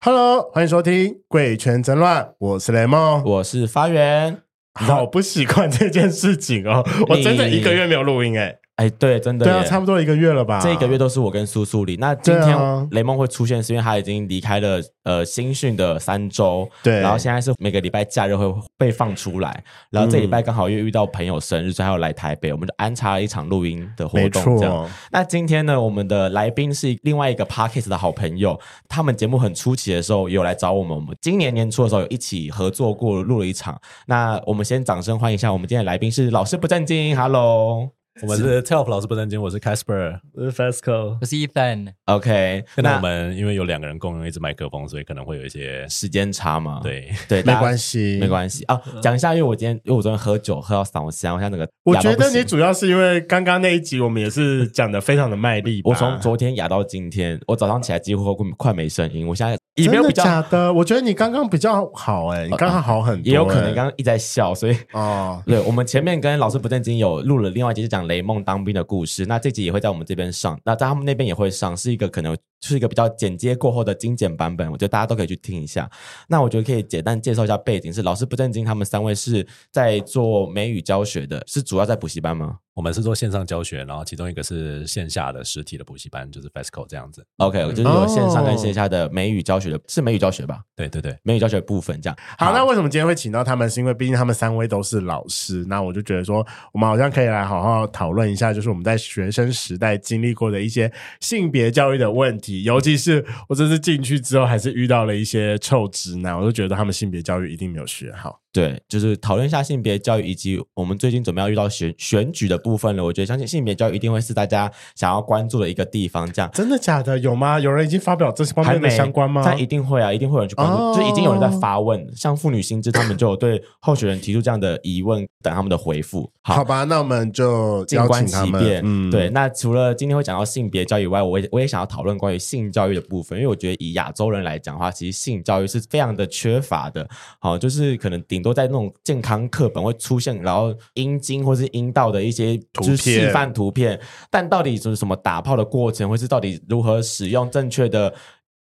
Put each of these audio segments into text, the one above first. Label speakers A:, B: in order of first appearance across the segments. A: Hello，欢迎收听《鬼权争乱》，我是雷梦。
B: 我是发源。
A: 好不习惯这件事情 哦，我整整一个月没有录音哎，
B: 哎，对，真的
A: 对
B: 耶，
A: 啊，差不多一个月了吧？
B: 这一个月都是我跟苏苏里。那今
A: 对啊
B: 天雷梦会出现，是因为他已经离开了呃新训的三周，
A: 对
B: 然后现在是每个礼拜假日会被放出来，然后这礼
A: 嗯
B: 拜刚好又遇到朋友生日，所以他要来台北，我们就安插了一场录音的活
A: 没
B: 动。这样，
A: 错，
B: 那今天呢，我们的来宾是另外一个 Parkes 的好朋友，他们节目很初期的时候也有来找我们，我们今年年初的时候有一起合作过，录了一场。那我们先掌声欢迎一下我们今天的来宾是老师不正经，Hello。
C: 我们是 Telp 老师不正经，我是 Casper，我是 Fasco。
D: 我是 Ethan，
B: OK，
C: 那
B: 那
C: 我们因为有两个人共用一支麦克风，所以可能会有一些
B: 时间差
E: 啊
B: 嘛，
C: 对，
B: 对，
A: 没
B: 大家
A: 关系，
B: 没关系啊。讲一下，因为我今天因为我昨天喝酒喝到嗓子瞎，我现在那个
A: 我
B: 哑到
A: 觉
B: 不
A: 得你
B: 行
A: 主要是因为刚刚那一集我们也是讲的非常的卖力吧，
B: 我
C: 啊
B: 从昨天哑到今天，我早上起来几乎快快没声音，我现在也没
A: 真
B: 有
A: 的
B: 比较，
A: 假的？我觉得你刚刚比较好哎，你刚刚好很多，
B: 也有可能
A: 哎
B: 刚刚一直在笑，所以
A: 哦，
B: 对，我们前面跟老师不正经有录了另外一集，是讲雷梦当兵的故事。那这集也会在我们这边上，那在他们那边也会上，是一个可能是一个比较剪接过后的精简版本，我觉得大家都可以去听一下。那我觉得可以简单介绍一下背景，是老师不正经他们三位是在做美语教学的，是主要在补习班吗
C: 我们是做线上教学，然后其中一个是线下的实体的补习班，就是 Fasco 这样子。
B: ？OK，就是有线上跟线下的美语教学的，是美语教学吧？
C: 对对对，
B: 美语教学的部分这样。
A: 好，那为什么今天会请到他们？是因为毕竟他们三位都是老师，那我就觉得说，我们好像可以来好好讨论一下，就是我们在学生时代经历过的一些性别教育的问题，尤其是我这次进去之后，还是遇到了一些臭直男，我就觉得他们性别教育一定没有学好。
B: 对，就是讨论一下性别教育，以及我们最近准备要遇到选选举的部分了。我觉得相信性别教育一定会是大家想要关注的一个地方。这样
A: 真的假的？有吗？有人已经发表这方
B: 还
A: 面的
B: 没
A: 相关吗？
B: 但一定会啊，一定会有人去关注，
A: 哦
B: 就已经有人在发问。像妇女心知，他们就有对候选人提出这样的疑问，等他们的回复。
A: 好吧，那我们就
B: 静
A: 邀
B: 观
A: 请
B: 其
A: 他们嗯
B: 变。。对。，那除了今天会讲到性别教育以外，我也我也想要讨论关于性教育的部分，因为我觉得以亚洲人来讲的话，其实性教育是非常的缺乏的。好、就是可能顶多在那种健康课本会出现，然后阴茎或是阴道的一些
A: 图片
B: 就是示范图片，但到底就是什么打炮的过程，或是到底如何使用正确的。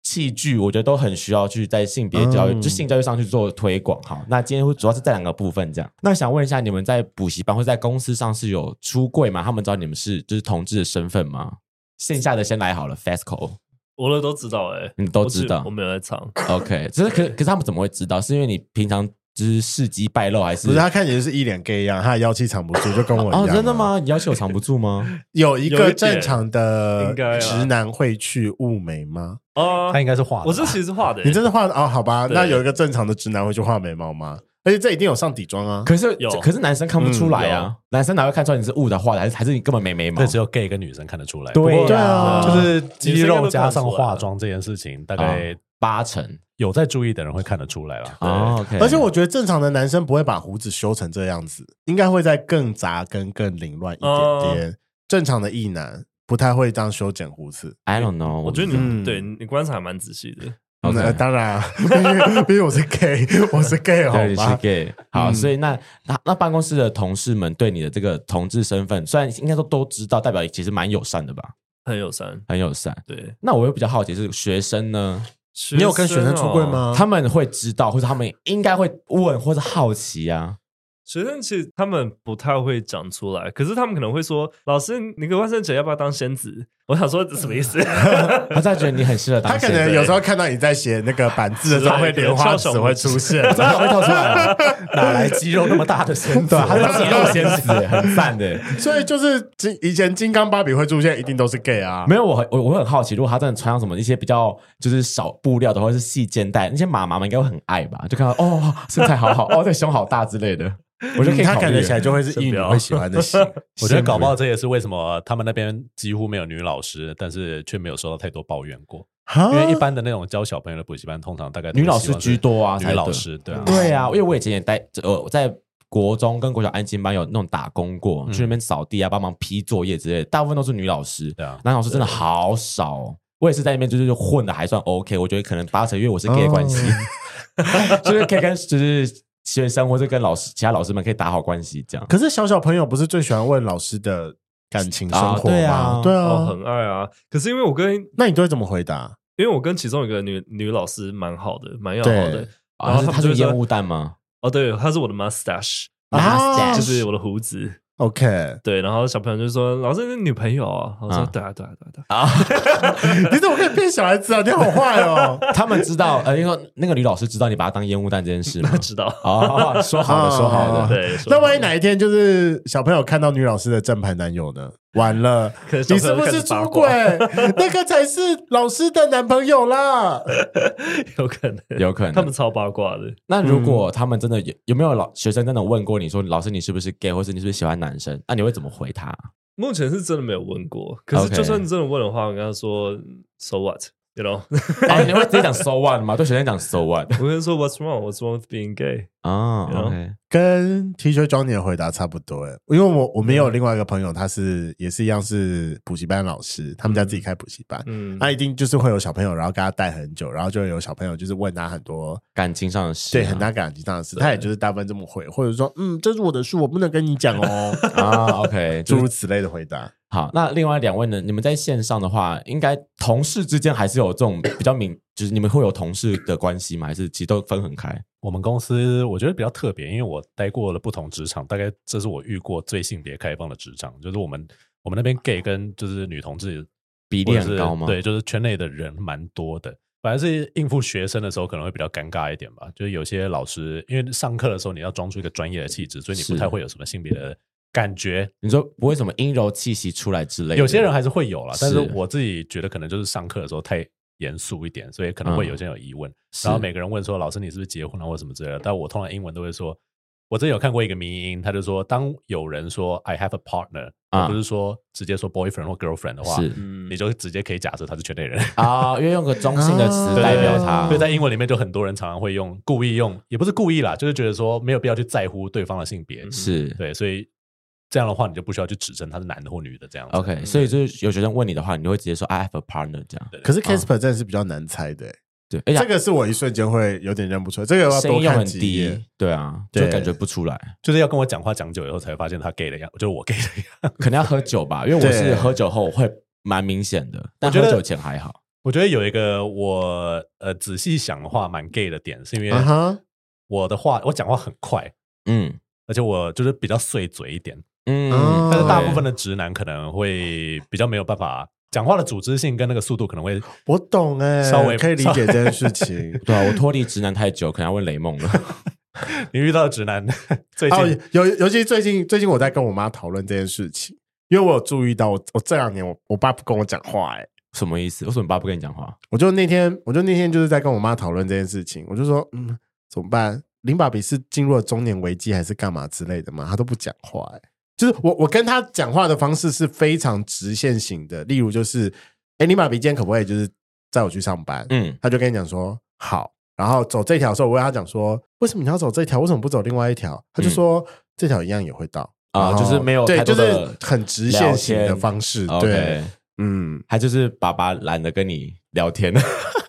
B: 器具，我觉得都很需要去在性别教育，
A: 嗯
B: 就性教育上去做推广。好，那今天会主要是这两个部分这样。那想问一下，你们在补习班或者在公司上是有出柜吗？他们知道你们是就是同志的身份吗？线下的先来好了，FESCO。
E: 我的都知道哎、
B: 你都知道
E: 我是我没有在唱，
B: OK，只是可可是他们怎么会知道？是因为你平常就是事迹败露还是？
A: 不是他看起来是一脸 gay 一样，他的妖气藏不住，就跟我一啊样、
B: 哦，真的？吗？你要求藏不住吗？
A: 有一
E: 有
A: 个
E: 一点
A: 正常的
E: 应该啊
A: 直男会去雾眉吗？
E: 哦、
C: 他应该是画的吧，
E: 我这其实是画的、欸，
A: 你真的画哦？好吧，
E: 对
A: 那有一个正常的直男会去画眉毛吗？而且这一定有上底妆啊！
B: 可是
E: 有嗯
B: 可是男生看不出来啊，男生哪会看出来你是雾的画的，还是还是你根本没眉毛
C: 这？只有 gay 跟女生看得出来。
B: 对
A: 对
B: 啊
E: 嗯
A: 啊
C: 就是肌肉加上
E: 啊
C: 化妆这件事情，大概
B: 八成
C: 有在注意的人会看得出来啦。
E: 啊
B: 哦，OK。
A: 而且我觉得正常的男生不会把胡子修成这样子，应该会再更杂跟更凌乱一点点。正常的异男不太会这样修剪胡子。
B: I don't know，
E: 我觉得你、
A: 嗯
E: 对你观察还蛮仔细的，
A: 那
B: OK
A: 当然、啊， 因为因为我是 gay，我是 gay 好
B: 对，你是
A: 吗？
B: gay。好，
A: 嗯
B: 所以那那那办公室的同事们对你的这个同志身份，虽然应该都都知道，代表其实蛮友善的吧，
E: 很友善。
B: 很友善。
E: 对，
B: 那我又比较好奇是学生呢，
E: 你
A: 你有跟学生出柜？
E: 哦
A: 吗？
B: 他们会知道，或者他们应该会问，或者好奇啊。
E: 学生其实他们不太会讲出来，可是他们可能会说：“老师，你给万圣节要不要当仙子？”我想说这什么意思？
A: 嗯
B: 他真的觉得你很适合当
A: 他可
B: 先
A: 能
B: 生
A: 有时候看到你在写那个板字的时候，会莲花指会出现。
B: 真的会跳出来 啊，
C: 哪来肌肉那么大的身
B: 对
C: 子
B: 啊，？他是肌肉仙子，很赞的。
A: 所以就是金以前金刚芭比会出现，一定都是 gay 啊。
B: 没有，我很我我很好奇，如果他真的穿上什么一些比较就是少布料的，或者是细肩带，那些妈妈们应该会很爱吧？就看到哦，身材好 好，哦，对，胸好大之类的，我觉得可以
A: 他
B: 考
A: 感
B: 虑
A: 觉起来就会是异女会喜欢的型。
C: 我觉得搞不好这也是为什么他们那边几乎没有女老师，但是却没有收到太多抱怨过。因为一般的那种教小朋友的补习班，通常大概都
B: 啊女老
C: 希
B: 师
C: 望是
B: 居多啊，
C: 女
B: 才
C: 老
B: 对
C: 师对啊，
B: 对啊，因为我以前也待呃我在。国中跟国小安亲班有那种打工过，
C: 嗯
B: 去那边扫地啊，帮忙批作业之类的，大部分都是女老师，
C: 对啊
B: 男老师真的好少哦、我也是在那边就是混的还算 OK，我觉得可能八成因为我是 gay 的关系， 就是可以跟就是学生或者跟老师其他老师们可以打好关系这样。
A: 可是小小朋友不是最喜欢问老师的感情生活吗？
B: 啊对啊
A: 对啊，
E: 哦，很爱啊。可是因为我跟
A: 那你都会怎么回答？
E: 因为我跟其中一个女女老师蛮好的，蛮要好的
A: 对。
B: 啊
E: 然
B: 他
E: 后
B: 是
E: 他
B: 他
E: 们就是说
B: 烟雾弹吗？
E: 哦，对，她是我的 mustache，
A: 啊
E: 就是我的胡子。
A: ，OK，
E: 对，然后小朋友就说：“老师，你女朋友啊？”我说：“
A: 嗯
B: 啊
E: 对啊，对啊，对啊。对啊
A: 你怎么可以骗小孩子啊？你好坏哦！
B: 他们知道，呃，因为那个女老师知道你把他当烟雾弹这件事”吗
E: 他？知道。
B: 哦，说好的，说好
A: 啊
B: 的，
E: 对，说
A: 那万一哪一天就是小朋友看到女老师的正牌男友呢？完了，
E: 可能小
A: 你
E: 朋
A: 是
E: 友
A: 不
E: 开
A: 是
E: 始
A: 出
E: 八
A: 轨
E: 卦？
A: 那个才是老师的男朋友啦！
E: 有可能，
B: 有可能。
E: 他们超八卦的。
B: 那如果他们真的有有没有老学生真的问过你说，老师你是不是 gay，或是你是不是喜欢男生？那啊你会怎么回他？
E: 目前是真的没有问过，可是
B: OK
E: 就算真的问的话，我跟他说 “So what”，you know，
B: 哦，你会直接讲 so what 吗？对学生讲 so what
E: 我跟他说 “What's wrong？What's wrong with being gay？”
B: 啊
E: You know？
B: ？OK，
A: 跟 T 恤装你的回答差不多诶，因为我我们有另外一个朋友，他是也是一样是补习班老师，他们家自己开补习班，
E: 嗯，
A: 那一定就是会有小朋友，然后跟他带很久，然后就有小朋友就是问他很多
B: 感情上的事，啊
A: 对很大感情上的事，他也就是大部分这么回，或者说嗯，这是我的书，我不能跟你讲 哦，
B: 啊。OK，
A: 诸
B: 就
A: 如
B: 是
A: 此类的回答。
B: 好。那另外两位呢？你们在线上的话，应该同事之间还是有这种比较明，就是你们会有同事的关系吗？还是其实都分很开？
C: 我们公司我觉得比较特别，因为我待过了不同职场，大概这是我遇过最性别开放的职场，就是我们我们那边 gay 跟就是女同志
B: 比例很高吗
C: 或者是对，就是圈内的人蛮多的。反正是应付学生的时候可能会比较尴尬一点吧，就是有些老师因为上课的时候你要装出一个专业的气质，所以你不
B: 是
C: 太会有什么性别的感觉。
B: 你说不会什么阴柔气息出来之类的？
C: 有些人还是会有啦，但是
B: 是
C: 我自己觉得可能就是上课的时候太严肃一点，所以可能会有些人有疑问。
B: 嗯是
C: 然后每个人问说：“老师，你是不是结婚了、或者什么之类的？”但我通常英文都会说，我之前有看过一个迷音，他就说，当有人说 “I have a partner”，、
B: 啊
C: 而不是说直接说 boyfriend 或 girlfriend 的话，
B: 是
E: 嗯
C: 你就直接可以假设他是圈内人。
B: 啊，因为用个中性的词
A: 啊
B: 代表他
C: 所以。在英文里面，就很多人常常会用故意用，也不是故意啦，就是觉得说没有必要去在乎对方的性别。
B: 是
C: 对，所以这样的话，你就不需要去指证他是男的或女的这样子。
B: OK，所以就是有学生问你的话，你会直接说 I have a partner 这样。
A: 可是 Casper 真的是比较难猜的、欸，
B: 对，而且
A: 这个是我一瞬间会有点认不出来，这个要
B: 哎声
A: 多
B: 音又
A: 看
B: 很
A: 几
B: 低
A: 眼。，
B: 对啊，就
A: 对
B: 感觉不出来，
C: 就是要跟我讲话讲久以后才发现他 gay 的样，就是我 gay 的样。
B: 可能要喝酒吧，因为我
A: 对
B: 是喝酒后会蛮明显的，但喝
C: 觉得
B: 酒前还好。
C: 我觉得有一个我呃仔细想的话，蛮 gay 的点，是因为
A: 啊哈，
C: 我的话我讲话很快，
B: 嗯
C: 而且我就是比较碎嘴一点，
B: 嗯
A: 哦，
C: 但是大部分
B: 的
C: 的直男可能会比较没有办法。讲话的组织性跟那个速度可 能会
A: 我懂哎、
C: 稍微
A: 可以理解这件事情。
B: 对啊，我脱离直男太久，可能要问雷梦了。
C: 你遇到的直男 最
A: 哦
C: 近，
A: 尤尤其最近最近我在跟我妈讨论这件事情，因为我有注意到我，我这两年我我爸不跟我讲话、欸，
B: 什么意思？为什么你爸不跟你讲话？
A: 我就那天我就那天就是在跟我妈讨论这件事情，我就说嗯怎么办？林爸比是进入了中年危机还是干嘛之类的嘛？他都不讲话、欸，就是我我跟他讲话的方式是非常直线型的，例如就是哎、林爸比今天可不可以就是载我去上班？
B: 嗯，
A: 他就跟你讲说好，然后走这条的时候，我问他讲说为什么你要走这条，为什么不走另外一条？他就说、这条一样也会到
B: 嗯啊
A: 然后
B: 就是没有
A: 对，
B: 太
A: 就
B: 多
A: 是
B: 的
A: 很直线型的方式，对
B: OK，
A: 嗯。
B: 他就是爸爸懒得跟你聊天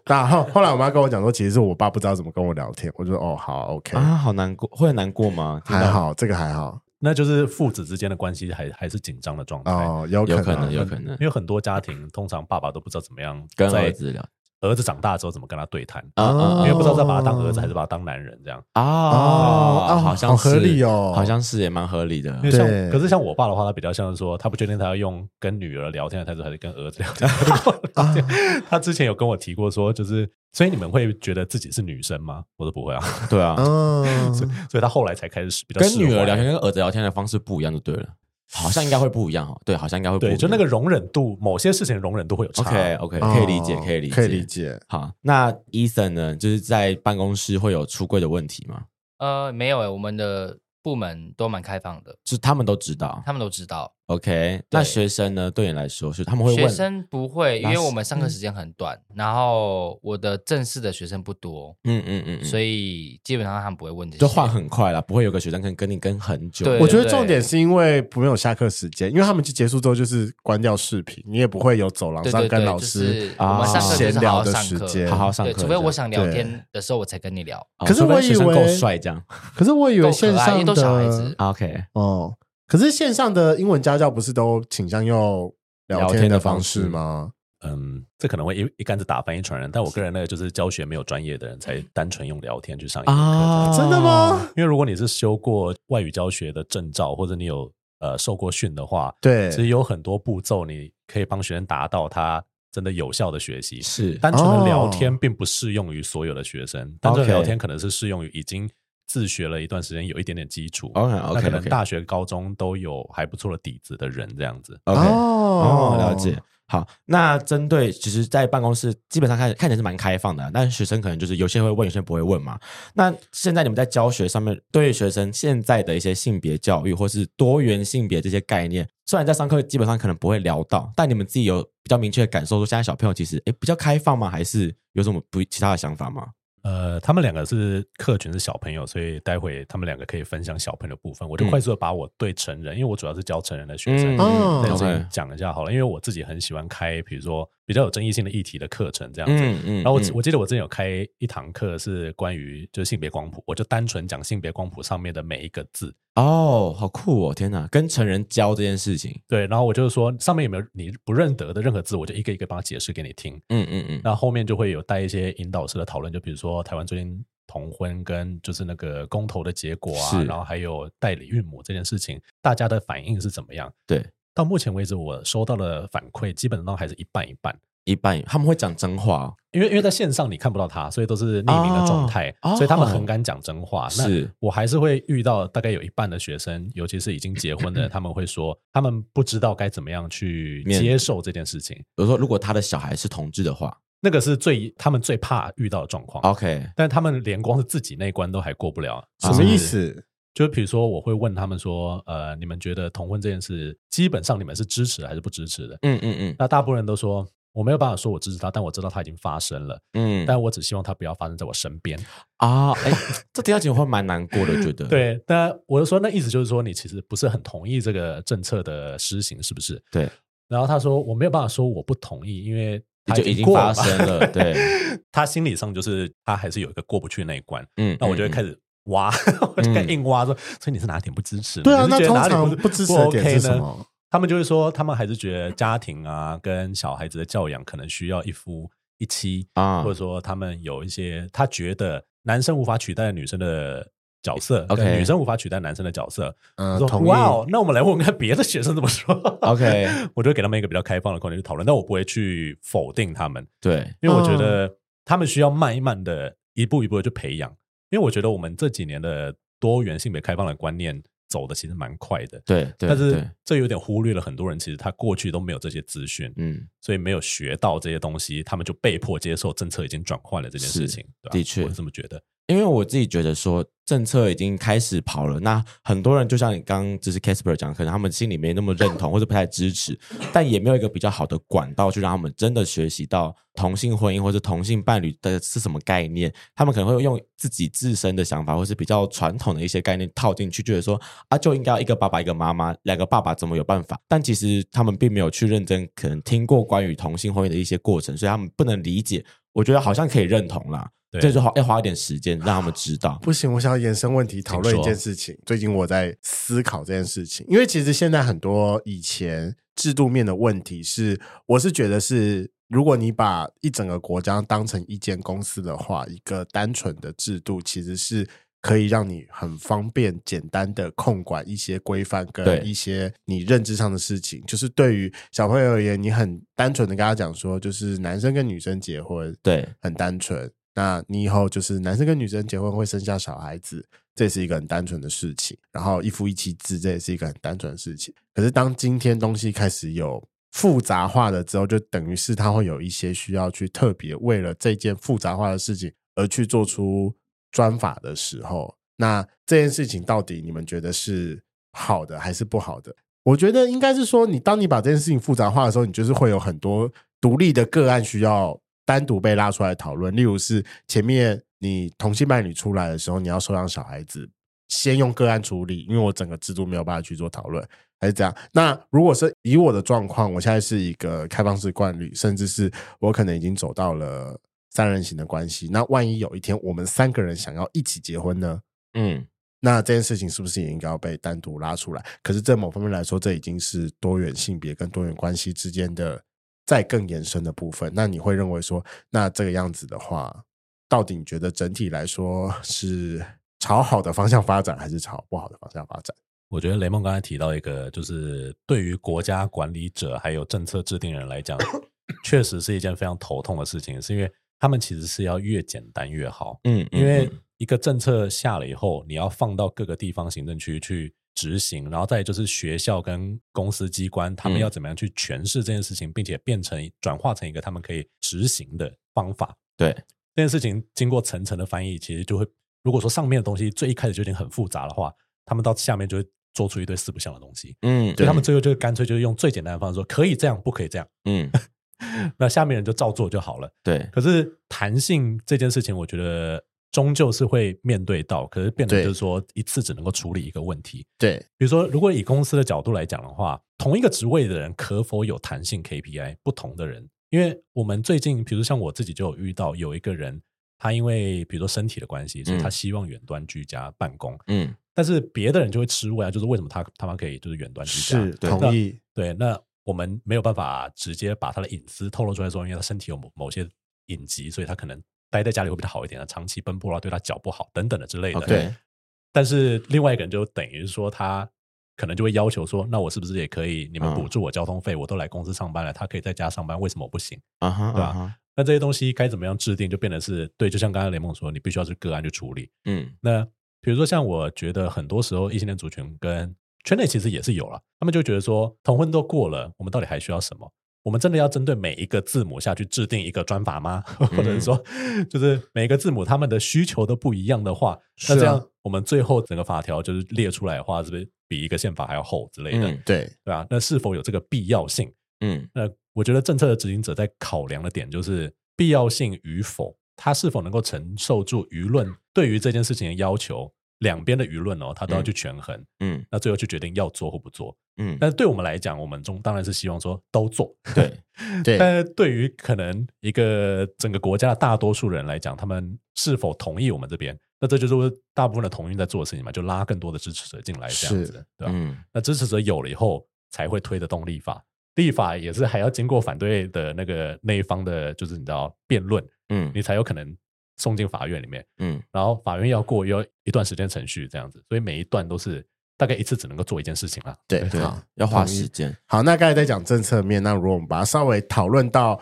A: 然后后来我妈跟我讲说，其实是我爸不知道怎么跟我聊天，我就说哦好，OK，、
B: 啊，好难过，会很难过吗？听到
A: 还，好，这个还好
C: 那就是父子之间的关系还还是紧张的状态。
A: 哦，有
B: 有
A: 可
B: 可能，有可能
C: 因为很多家庭通常爸爸都不知道怎么样
B: 跟
C: 在
B: 儿子聊
C: 儿子长大之后怎么跟他对谈，
B: 啊啊
C: 因
B: 啊
C: 为不知道是要把他当儿子还是把他当男人这样。
B: 啊
A: 哦
B: 好像
A: 好合
B: 是
A: 理哦
B: 好像是也蛮合理的
C: 因为。像
A: 对
C: 可是像我爸的话，他比较像是说，他不确定他要用跟女儿聊天的态度，还是跟儿子聊天。
A: 啊，
C: 他之前有跟我提过说，就是所以你们会觉得自己是女生吗？我说不会啊，
B: 对啊，
A: 嗯，
C: 所以他后来才开始比较
B: 跟
C: 释怀
B: 女儿聊天跟儿子聊天的方式不一样就对了，好像应该会不一样哦。对，好像应该会不一
C: 对，
B: 样。
C: 就那个容忍度，某些事情的容忍度会有差。
B: OK OK，
A: 哦
B: 可以理解，可以理解，
A: 可以理。解。
B: 好，那 Ethan 呢？就是在办公室会有出柜的问题吗？
D: 呃，没有诶、我们的部门都蛮开放的，
B: 就他们都知道。
D: 他们都知道。
B: OK，那学生呢？对你来说是他们会
D: 学
B: 问
D: 生不会，因
B: 那
D: 为
B: 是
D: 我们上课时间很短，然后我的正式的学生不多，
B: 嗯嗯嗯，
D: 所
B: 以
D: 以基本上他们不会问这些。
B: 就换很快了，不会有个学生跟跟你跟很久。
D: 对
A: 我觉得重点是因为没有下课时间，因为他们就结束之后就是关掉视频，你也不会有走廊
D: 对
A: 上
D: 对
A: 跟
D: 对，
A: 老
D: 就
A: 师
D: 是我们上课就是
A: 闲
D: 好
A: 聊
D: 好
A: 的
D: 上
A: 时
D: 课，
A: 间，
B: 好好上课
D: 对，
B: 这样。
D: 除非我想聊
A: 对
D: 天的时候我才跟你聊。
B: 哦，
A: 可是
B: 除非
A: 我
B: 学生
A: 以为
B: 够帅这样。
A: 可是我以为线
D: 够可爱
A: 上
D: 因为都小孩子
A: 的
B: 啊 OK，
A: 哦，可是线上的英文家教不是都倾向用聊
B: 聊
A: 天
B: 天的
A: 方
B: 方式
A: 吗？
C: 嗯，这可能会一一竿子打翻一船人，但我个人那个就是教学没有专业的人才单纯用聊天去上英文课。
B: 啊，
A: 真的吗？
C: 因为如果你是修过外语教学的证照，或者你有呃受过训的话，
A: 对
C: 其实有很多步骤你可以帮学生达到他真的有效的学习。
B: 是
C: 单纯的聊
A: 哦
C: 天并不适用于所有的学生，单纯的聊天可能是适用于已经自学了一段时间，有一点点基础。
B: OK
C: 那
B: OK
C: 可能
B: OK
C: 大学、高中都有还不错的底子的人，这样子。
B: OK
A: 哦
B: 哦，了解。好，那针对其实，在办公室基本上看看起来是蛮开放的，但是学生可能就是有些会问，有些不会问嘛。那现在你们在教学上面，对于学生现在的一些性别教育或是多元性别这些概念，虽然在上课基本上可能不会聊到，但你们自己有比较明确的感受，说现在小朋友其实诶比较开放吗？还是有什么不其他的想法吗？
C: 呃，他们两个是客群是小朋友，所以待会他们两个可以分享小朋友的部分，我就
B: 嗯
C: 快速的把我对成人，因为我主要是教成人的学生，
B: 嗯
A: 哦
C: 这件事
B: OK
C: 情讲一下好了，因为我自己很喜欢开，比如说比较有争议性的议题的课程这样子。
B: 嗯嗯。
C: 然后我、
B: 嗯
C: 我记得我之前有开一堂课是关于就是性别光谱，我就单纯讲性别光谱上面的每一个字，
B: 哦，好酷哦！天哪，跟成人教这件事情，
C: 对，然后我就是说上面有没有你不认得的任何字，我就一个一个帮他解释给你听。
B: 嗯嗯嗯，
C: 那后面就会有带一些引导式的讨论，就比如说台湾最近同婚跟就是那个公投的结果啊，
B: 是
C: 然后还有代理孕母这件事情，大家的反应是怎么样？
B: 对，
C: 到目前为止，我收到的反馈基本上还是一半一半。
B: 一半他们会讲真话哦，
C: 因为因为在线上你看不到他，所以都是匿名的状态，
B: 哦哦
C: 所以他们很敢讲真话。那
B: 是
C: 我还是会遇到大概有一半的学生，尤其是已经结 婚的人，他们会说他们不知道该怎么样去
B: 面
C: 接受这件事情，
B: 比如说，如果他的小孩是同志的话
C: 那个是最他们最怕遇到的状况。
B: ，OK，
C: 但他们连光是自己那一关都还过不了，
A: 什么意？思？
C: 就是比如说，我会问他们说，呃，你们觉得同婚这件事，基本上你们是支持还是不支持的？
B: 嗯嗯嗯
C: 那大部分人都说我没有办法说我支持他，但我知道他已经发生了，
B: 嗯，
C: 但我只希望他不要发生在我身边。
B: 啊，哎，这听到节目会蛮难过的，我觉得，
A: 嗯
C: 对，那我就说，那意思就是说，你其实不是很同意这个政策的施行，是不是？
B: 对。
C: 然后他说，我没有办法说我不同意，因为他
B: 就已经
C: 过
B: 发
C: 了嘛
B: 生了对，
C: 他心理上就是他还是有一个过不去那一关。
B: 嗯，
C: 那我就会开
B: 始，
C: 始挖， 我就开始硬挖说，所以你是哪点不支持
A: 嗯
C: 呢？
A: 对啊
C: 你是觉得
A: 那通
C: 哪里
A: 常
C: 不
A: 不支持的点
C: OK
A: 是什
C: 呢
A: 么？
C: 他们就会说，他们还是觉得家庭啊跟小孩子的教养可能需要一夫一妻
B: 啊
C: 或者说他们有一些他觉得男生无法取代女生的角色
B: OK
C: 跟女生无法取代男生的角色。
A: 嗯
B: 啊
C: 我，说
A: 同意。
C: 哇哦，那我们来问问看别的学生怎么说。
B: OK
C: 我就会给他们一个比较开放的空间去讨论，但我不会去否定他们。
B: 对，
C: 因为我觉
B: 嗯
C: 得他们需要慢一慢的、一步一步的去培养。因为我觉得我们这几年的多元性别开放的观念走的其实蛮快的，
B: 对，对，
C: 但是
B: 对
C: 这有点忽略了很多人，其实他过去都没有这些资讯，
B: 嗯，
C: 所以没有学到这些东西，他们就被迫接受政策已经转换了这件事情。对吧
B: 的确
C: 我是这么觉得。
B: 因为我自己觉得说政策已经开始跑了，那很多人就像你刚刚就是 Casper 讲，可能他们心里没那么认同或者不太支持，但也没有一个比较好的管道去让他们真的学习到同性婚姻或者同性伴侣的是什么概念。他们可能会用自己自身的想法，或是比较传统的一些概念套进去，觉得说啊，就应该要一个爸爸一个妈妈，两个爸爸怎么有办法？但其实他们并没有去认真可能听过关于同性婚姻的一些过程，所以他们不能理解。我觉得好像可以认同啦，
C: 对
B: 这就花要花一点时间让他们 知道。
A: 不行，我想要延伸问题讨论一件事情。最近我在思考这件事情，因为其实现在很多以前制度面的问题是，我是觉得是，如果你把一整个国家当成一间公司的话，一个单纯的制度其实是。可以让你很方便、简单的控管一些规范
B: 对
A: 跟一些你认知上的事情，就是对于小朋友而言，你很单纯的跟他讲说，就是男生跟女生结婚，
B: 对，
A: 很单纯。那你以后就是男生跟女生结婚会生下小孩子，这也是一个很单纯的事情。然后一夫一妻制，这也是一个很单纯的事情。可是当今天东西开始有复杂化了之后，就等于是他会有一些需要去特别为了这件复杂化的事情而去做出专法的时候，那这件事情到底你们觉得是好的还是不好的？我觉得应该是说，你当你把这件事情复杂化的时候，你就是会有很多独立的个案需要单独被拉出来讨论。例如是前面你同性伴侣出来的时候，你要收养小孩子，先用个案处理，因为我整个制度没有办法去做讨论，还是这样。那如果是以我的状况，我现在是一个开放式惯例，甚至是我可能已经走到了三人行的关系。那万一有一天我们三个人想要一起结婚呢？
B: 嗯，
A: 那这件事情是不是也应该要被单独拉出来？可是，在某方面来说，这已经是多元性别跟多元关系之间的再更延伸的部分，那你会认为说，那这个样子的话，到底你觉得整体来说是朝好的方向发展，还是朝不好的方向发展？
C: 我觉得雷梦刚才提到一个，就是对于国家管理者还有政策制定人来讲， 确实是一件非常头痛的事情，是因为他们其实是要越简单越好，
B: 嗯，嗯
C: 因为
B: 嗯
C: 一个政策下了以后，你要放到各个地方行政区去执行，然后再就是学校跟公司机关，他们
B: 嗯
C: 要怎么样去诠释这件事情，并且变成转化成一个他们可以执行的方法。
B: 对，
C: 这件事情经过层层的翻译，其实就会，如果说上面的东西最一开始就已经很复杂的话，他们到下面就会做出一堆四不像的东西。
B: 嗯，
C: 所以他们
B: 嗯
C: 最后就干脆就是用最简单的方式说，可以这样，不可以这样。
B: 嗯，
C: 那下面人就照做就好了。
B: 对，
C: 可是弹性这件事情，我觉得终究是会面对到，可是变成
A: 对
C: 就是说一次只能够处理一个问题。
A: 对，
C: 比如说，如果以公司的角度来讲的话，同一个职位的人可否有弹性 KPI？不同的人，因为我们最近，比如像我自己就有遇到有一个人，他因为比如说身体的关系，所以
A: 嗯
C: 他希望远端居家办公，
B: 嗯，
C: 但是别的人就会吃味啊，就是为什么他他们可以就是远端居家？
A: 是
B: 对
A: 同意，
C: 对，那我们没有办法直接把他的隐私透露出来说，因为他身体有某某些隐疾，所以他可能待在家里会比较好一点，长期奔波啊，对他脚不好等等的之类的。
B: OK
A: 哦对，
C: 但是另外一个人就等于说他可能就会要求说，那我是不是也可以你们补助我交通费？我都来公司上班了，他可以在家上班，为什么我不行？
B: 啊哈，
C: 对吧
B: 啊哈，
C: 那这些东西该怎么样制定，就变得是对，就像刚才雷梦说，你必须要去个案去处理。
B: 嗯，
C: 那比如说，像我觉得很多时候异性恋族群跟圈内其实也是有了，他们就觉得说同婚都过了，我们到底还需要什么？我们真的要针对每一个字母下去制定一个专法吗？ 或者是说，
A: 嗯
C: 就是每个字母他们的需求都不一样的话，
A: 是
C: 那
A: 啊
C: 这样我们最后整个法条就是列出来的话，是不是比一个宪法还要厚之类的？
B: 嗯
A: 对，
C: 对吧、那是否有这个必要性？
B: 嗯，
C: 那呃我觉得政策的执行者在考量的点就是必要性与否，他是否能够承受住舆论对于这件事情的要求，两边的舆论哦，他都要去权衡，
B: 嗯，
C: 那最后去决定要做或不做。
B: 嗯，
C: 但是对我们来讲，我们中当然是希望说都做，
B: 对，
A: 对，
C: 但是对于可能一个整个国家的大多数人来讲，他们是否同意我们这边？那这就是大部分的同运在做的事情嘛，就拉更多的支持者进来，这样
A: 是
C: 子，对吧？
B: 嗯，
C: 那支持者有了以后，才会推得动立法。立法也是还要经过反对的那个那一方的，就是你知道辩论，
B: 嗯，
C: 你才有可能送进法院里面。
B: 嗯，
C: 然后法院要过要一段时间程序这样子，所以每一段都是大概一次只能够做一件事情啦。
A: 对，
B: 对
A: 好，，
B: 要花
A: 同意
B: 时间，
A: 好，那刚才在讲政策面，那如果我们把它稍微讨论到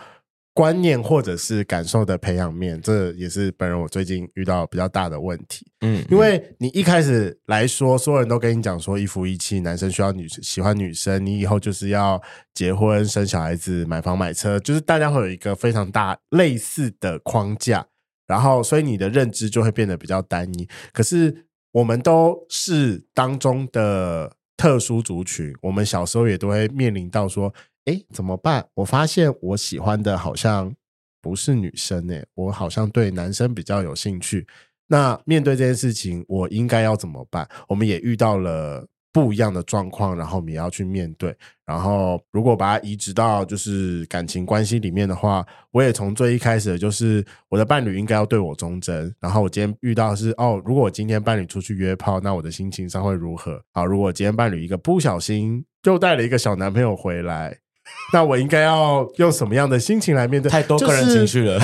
A: 观念或者是感受的培养面，这也是本人我最近遇到比较大的问题。
B: 嗯，
A: 因为你一开始来说，所有人都跟你讲说一夫一妻，男生需要女喜欢女生，你以后就是要结婚、生小孩子、买房买车，就是大家会有一个非常大类似的框架，然后所以你的认知就会变得比较单一。可是我们都是当中的特殊族群，我们小时候也都会面临到说，哎，怎么办？我发现我喜欢的好像不是女生呢、我好像对男生比较有兴趣。那面对这件事情，我应该要怎么办？我们也遇到了不一样的状况，然后我们也要去面对。然后，如果把它移植到就是感情关系里面的话，我也从最一开始的就是我的伴侣应该要对我忠贞。然后我今天遇到的是哦，如果我今天伴侣出去约炮，那我的心情上会如何？好，如果我今天伴侣一个不小心又带了一个小男朋友回来， 那我应该要用什么样的心情来面对？
B: 太多个人情绪了，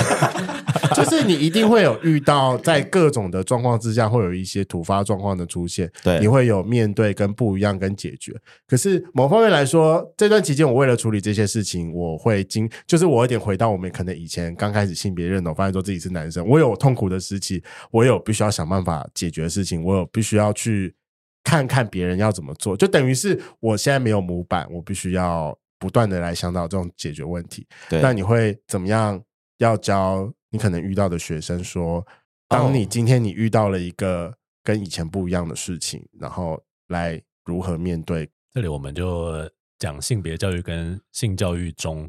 A: 就是你一定会有遇到，在各种的状况之下，会有一些突发状况的出现，
B: 对
A: 你会有面对跟不一样跟解决。可是某方面来说，这段期间我为了处理这些事情，我会经，就是我有点回到我们可能以前刚开始性别认同，发现说自己是男生，我有痛苦的时期，我有必须要想办法解决的事情，我有必须要去看看别人要怎么做，就等于是我现在没有模板，我必须要不断的来想到这种解决问题。
B: 对，
A: 那你会怎么样？要教你可能遇到的学生说，
B: 哦
A: 当你今天你遇到了一个跟以前不一样的事情，然后来如何面对？
C: 这里我们就讲性别教育跟性教育中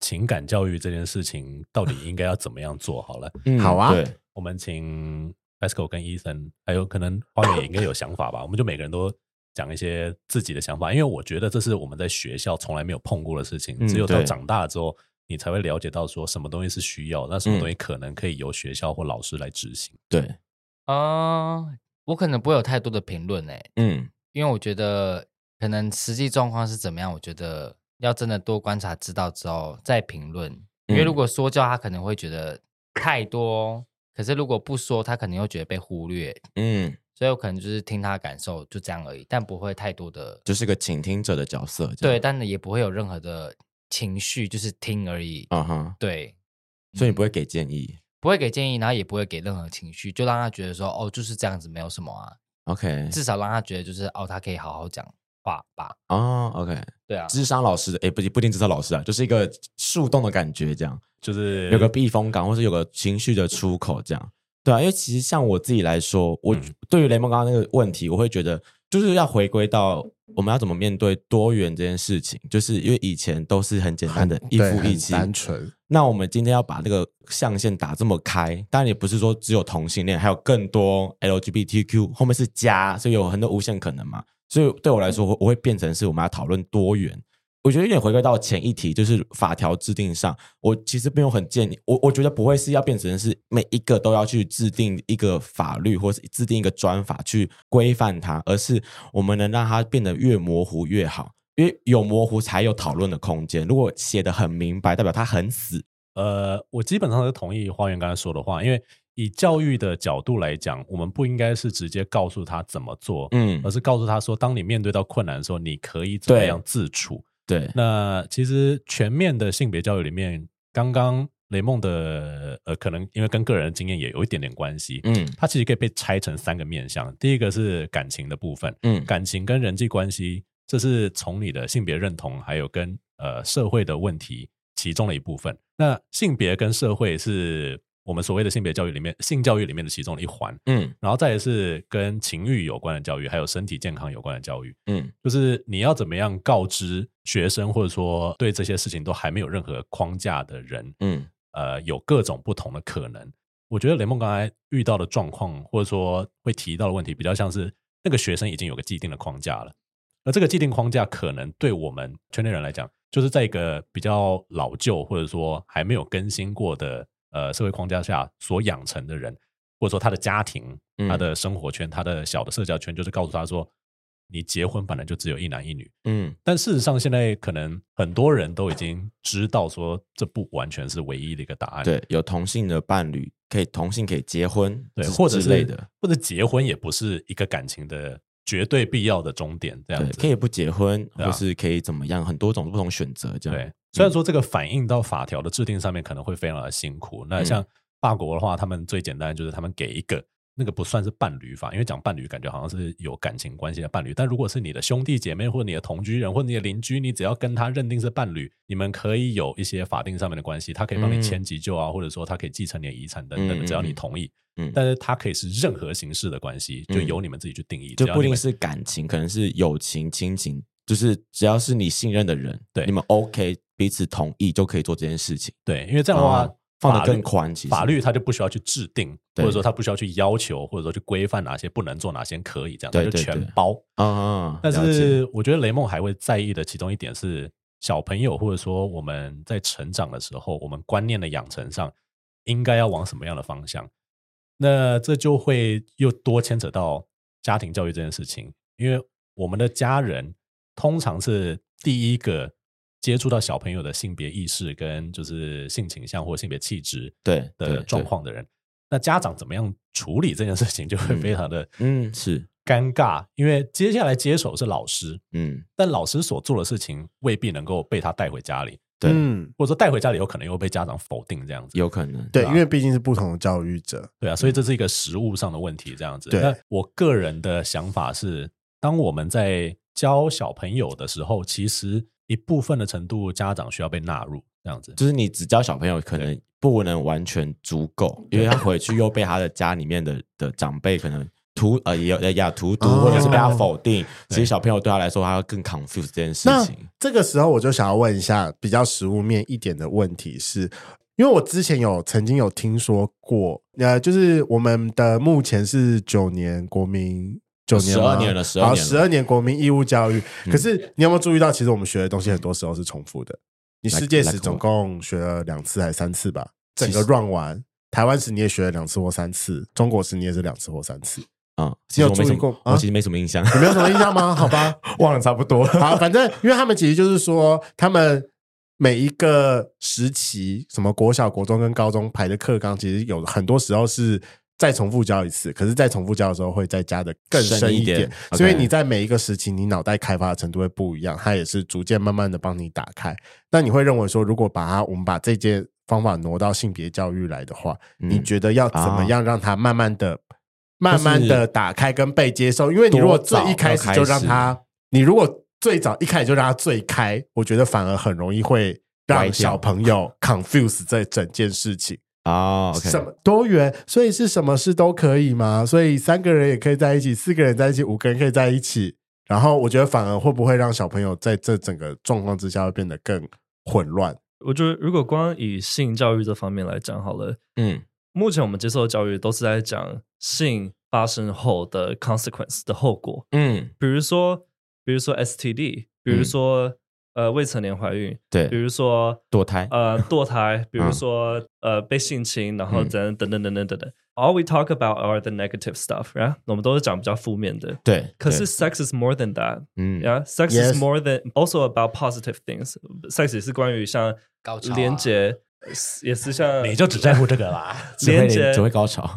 C: 情感教育这件事情到底应该要怎么样做好了。
B: 嗯
A: 好啊
B: 对
C: 我们请 Esco 跟 Ethan，还有可能花园也应该有想法吧？我们就每个人都讲一些自己的想法，因为我觉得这是我们在学校从来没有碰过的事情，
B: 嗯
C: 只有到
B: 对
C: 长大之后，你才会了解到说什么东西是需要，那什么
B: 嗯
C: 东西可能可以由学校或老师来执行。
B: 对，
D: 啊，我可能不会有太多的评论哎，
B: 嗯
D: 因为我觉得可能实际状况是怎么样，我觉得要真的多观察知道之后再评论，
B: 嗯
D: 因为如果说教他可能会觉得太多，可是如果不说他可能又觉得被忽略，
B: 嗯，
D: 所以我可能就是听他的感受就这样而已，但不会太多的
B: 就是个倾听者的角色，这
D: 对，
B: 样，
D: 但也不会有任何的情绪，就是听而已。
B: 嗯哼，
D: 对，嗯
B: 所以你不会给建议
D: 不会给建议，然后也不会给任何情绪，就让他觉得说哦就是这样子，没有什么啊，
B: ，OK，
D: 至少让他觉得就是哦他可以好好讲话吧。
B: 哦，OK，
D: 对啊，
B: 智商老师，哎，不不一定智商老师啊，就是一个树洞的感觉，这样
C: 就是
B: 有个避风港，或是有个情绪的出口，这样。对啊，因为其实像我自己来说，我
A: 嗯
B: 对于雷蒙刚刚那个问题，我会觉得就是要回归到我们要怎么面对多元这件事情，就是因为以前都是很简单的一
A: 对
B: 夫一
A: 很
B: 妻，
A: 单纯，
B: 那我们今天要把这个象限打这么开，当然也不是说只有同性恋，还有更多 LGBTQ，后面是加，所以有很多无限可能嘛。所以对我来说，我我会变成是我们要讨论多元。我觉得有点回归到前一题，就是法条制定上，我其实没有很建议，我我觉得不会是要变成是每一个都要去制定一个法律，或是制定一个专法去规范它，而是我们能让它变得越模糊越好。因为有模糊才有讨论的空间，如果写的很明白，代表它很死，
C: 呃，我基本上是同意花园刚才说的话，因为以教育的角度来讲，我们不应该是直接告诉他怎么做，
B: 嗯
C: 而，是告诉他说，当你面对到困难的时候，你可以怎么
B: 对
C: 样自处。
B: 对，
C: 那其实全面的性别教育里面，刚刚雷梦的呃，可能因为跟个人的经验也有一点点关系，
B: 嗯
C: 它其实可以被拆成三个面向。第一个是感情的部分，
B: 嗯
C: 感情跟人际关系，这是从你的性别认同还有跟呃社会的问题其中的一部分。那性别跟社会是我们所谓的性别教育里面性教育里面的其中的一环，
B: 嗯
C: 然后再来是跟情欲有关的教育，还有身体健康有关的教育。
B: 嗯
C: 就是你要怎么样告知学生，或者说对这些事情都还没有任何框架的人，
B: 嗯
C: 呃，有各种不同的可能。我觉得雷梦刚才遇到的状况，或者说会提到的问题，比较像是那个学生已经有个既定的框架了，而这个既定框架可能对我们圈内人来讲，就是在一个比较老旧或者说还没有更新过的呃社会框架下所养成的人，或者说他的家庭、
B: 嗯
C: 他的生活圈、他的小的社交圈，就是告诉他说，你结婚本来就只有一男一女，
B: 嗯
C: 但事实上，现在可能很多人都已经知道说，这不完全是唯一的一个答案。
B: 对，有同性的伴侣，可以同性可以结婚，
C: 对，
B: 之
C: 或者
B: 之
C: 是
B: 类的，，
C: 或者结婚也不是一个感情的绝对必要的终点，
B: 对
C: 这样，子
B: 可以不结婚，
C: 对啊
B: 或是可以怎么样，很多种不同选择，这样，嗯
C: 对，虽然说这个反映到法条的制定上面可能会非常的辛苦。
B: 嗯
C: 那像法国的话，他们最简单就是他们给一个那个不算是伴侣法，因为讲伴侣感觉好像是有感情关系的伴侣，但如果是你的兄弟姐妹或者你的同居人或者你的邻居，你只要跟他认定是伴侣，你们可以有一些法定上面的关系，他可以帮
B: 嗯
C: 你签急救啊，或者说他可以继承你的遗产等等
B: 嗯嗯
C: 的，只要
B: 嗯
C: 你同意。
B: 嗯
C: 但是它可以是任何形式的关系，就
B: 嗯
C: 由你们自己去定义，
B: 就
C: 只要
B: 不一
C: 你
B: 定
C: 们
B: 是感情，可能是友情、亲情，就是只要是你信任的人，
C: 对
B: 你们 OK，彼此同意就可以做这件事情，
C: 对，因为这样的话、
B: 哦放得
C: 法律
B: 更宽其实
C: 法律它就不需要去制定，
B: 对
C: 或者说它不需要去要求，或者说去规范哪些不能做，哪些可以，这样
B: 对
C: 它就
B: 对
C: 全
B: 对
C: 包。
B: 啊啊，
C: 但
B: 了解
C: 是我觉得雷梦还会在意的其中一点是，小朋友或者说我们在成长的时候，我们观念的养成上应该要往什么样的方向？那这就会又多牵扯到家庭教育这件事情，因为我们的家人通常是第一个接触到小朋友的性别意识跟就是性倾向或性别气质
B: 对对
C: 的状，况的人。那家长怎么样处理这件事情，就会
B: 嗯
C: 非常的
B: 对嗯，是，
C: 尴尬，因为接下来接手是老师，
B: 嗯，
C: 但老师所做的事情未必能够被他带回家里，
B: 对
A: 嗯，
C: 或者说带回家里有可能又被家长否定这样子。
B: 有嗯可能，
A: 对，因为毕竟是不同的教育者，
C: 对啊，所以这是一个实物上的问题这样子。
A: 对
C: 那我个人的想法是，当我们在教小朋友的时候，其实一部分的程度家长需要被纳入这样子。
B: 就是你只教小朋友，可能不能完全足够，因为他回去又被他的家里面的的长辈可能荼呃也有也呀荼毒，
A: 哦
B: 或者是被他否定。其实小朋友对他来说，他会更 confuse 这件事
A: 那
B: 情。
A: 这个时候我就想要问一下比较实物面一点的问题是，因为我之前有曾经有听说过，呃，就是我们的目前是九年国民。九年吗
B: 12年了12哦
A: 好
B: 年了嗯
A: 十二年国民义务教育。可是你有没有注意到，其实我们学的东西很多时候是重复的。你世界
B: Like-
A: 史
B: like
A: 总
B: what？
A: 共学了两次还三次吧？整
B: 其
A: 个
B: 实
A: run 完，台湾史你也学了两次或三次，中国史你也是两次或三次。
B: 嗯，其实我没什
A: 你有注意
B: 么
A: 过，啊
B: 我其实没什么印象，
A: 你没有什么印象 吗？好吧，
B: 忘了差不多。
A: 好，反正因为他们其实就是说，他们每一个时期，什么国小、国中跟高中排的课纲，其实有很多时候是再重复教一次，可是再重复教的时候会再加的更深一点，
B: 深一点，OK
A: 所以你在每一个时期，你脑袋开发的程度会不一样，它也是逐渐慢慢的帮你打开。那你会认为说，如果把它我们把这件方法挪到性别教育来的话，
B: 嗯
A: 你觉得要怎么样让它慢慢的、慢慢
B: 就
A: 的
B: 是
A: 打开跟被接受？因为你如果
B: 多
A: 最
B: 早
A: 一开始就
B: 要开
A: 让
B: 始
A: 它你如果最早一开始就让他最开，我觉得反而很容易会
B: 歪
A: 让
B: 掉
A: 小朋友 confuse 这整件事情。
B: 哦，OK，
A: 什么多元，所以是什么事都可以吗？所以三个人也可以在一起，四个人在一起，五个人可以在一起。然后我觉得反而会不会让小朋友在这整个状况之下会变得更混乱？
E: 我觉得如果光以性教育这方面来讲好了，
B: 嗯，
E: 目前我们接受的教育都是在讲性发生后的 consequence 的后果，
B: 嗯，
E: 比如说，比如说 STD，比如说、呃未成年怀孕，比
B: 对，
E: 如说
B: 堕胎，
E: 呃堕胎，比如说、呃被性侵，然后
B: 嗯
E: 等等等等等等等。All we talk about are the negative stuff, right？我们都是讲比较负面的。
B: 对，
E: 可是
B: 对，
E: sex is more than that.
B: 嗯
E: Yeah, sex
A: Yes.
E: is more than also about positive things. Sex 也是关于像
D: 高潮啊
E: 连接，也是像
C: 你就只在乎这个啦。
B: 只会
E: 连接
B: 只会高潮，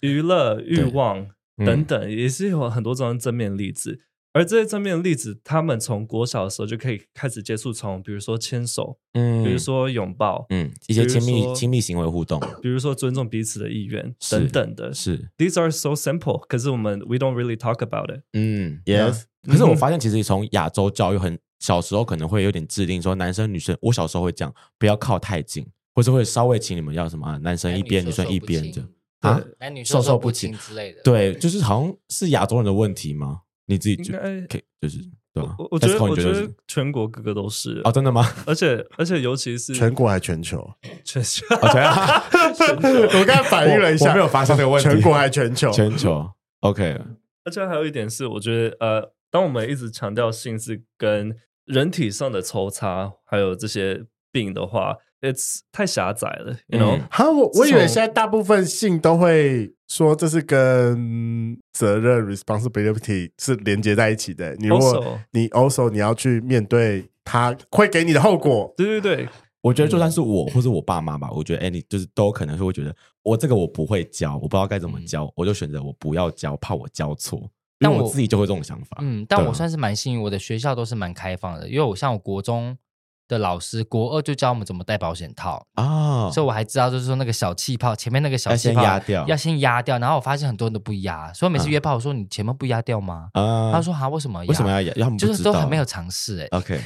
E: 娱乐欲
B: 对
E: 望
B: 嗯
E: 等等，也是有很多这种正面例子。而这些正面例子，他们从国小的时候就可以开始接触，从比如说牵手，
B: 嗯，
E: 比如说拥抱，
B: 嗯，一些亲
E: 比如
B: 密
E: 说
B: 亲密行为互动
E: 比如说尊重彼此的意愿
B: 是
E: 等等的。
B: 是，
E: These are so simple，可是我们 we don't really talk about it。
B: 嗯
A: Yes
B: 可是我发现，其实从亚洲教育很小时候可能会有点制定说，男生女生，我小时候会讲不要靠太近，或者会稍微请你们要什么、啊，男生一边，女生一边这样啊。
D: 男女
B: 授
D: 授
B: 受
D: 受
B: 不
D: 不
B: 亲
D: 亲之类的。
B: 对，就是好像是亚洲人的问题吗？你自己觉
E: 应该
B: 可以就是对吧
E: 嗯我我觉得
B: Tesco，你
E: 我觉
B: 是
E: 得全国各个都是
B: 哦，，真的吗？
E: 而且而且尤其是
A: 全国还全球？
E: 全球
B: 哦，对啊，
A: 我刚才反应了一下，
B: 我我没有发现这个问题
A: 全国还全球？
B: 全球 OK，
E: 而且还有一点是，我觉得呃，当我们一直强调性是跟人体上的抽插，还有这些病的话，it's 太狭窄了，you know、
B: 嗯
A: 哈，我我以为
E: 这种
A: 现在大部分性都会说这是跟责任 responsibility 是连接在一起的。你如果
E: Also
A: 你 also 你要去面对它会给你的后果，
E: 对对对，
B: 我觉得就算是我或是我爸妈吧，我觉得哎，你就是都可能是会觉得我这个我不会教，我不知道该怎
E: 嗯
B: 么教，我就选择我不要教，怕我教错，因
D: 但
B: 为我
D: 我
B: 自己就会这种想法。
D: 嗯，但
B: 对啊
D: 我算是蛮幸运，我的学校都是蛮开放的，因为我像我国中的老师，国二就教我们怎么戴保险套，
B: 啊，
D: 所以我还知道就是说那个小气泡前面那个小
B: 要
D: 气
B: 先
D: 泡
B: 压掉
D: 要先压掉，然后我发现很多人都不压，所以每次约炮我说你前面不压掉吗？
B: 啊，
D: 他说哈为什么压？
B: 为什么要演？因为他们不
D: 就是
B: 知
D: 都
B: 道
D: 很没有尝试哎，
B: OK，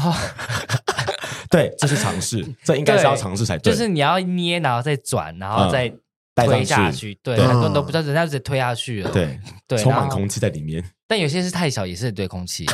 D: 后
B: 对，这是尝 试，这应该是要尝试才对。嗯
D: 就是你要捏，然后再转，然后再
B: 带上
D: 推下
B: 去
D: 去，对，
A: 对
D: 很
B: 嗯
D: 多人都不知道，人家就直接推下去了，
B: 对，
D: 对，
B: 充满
D: 然后
B: 空气在里面。
D: 但有些是太小，也是对空 气。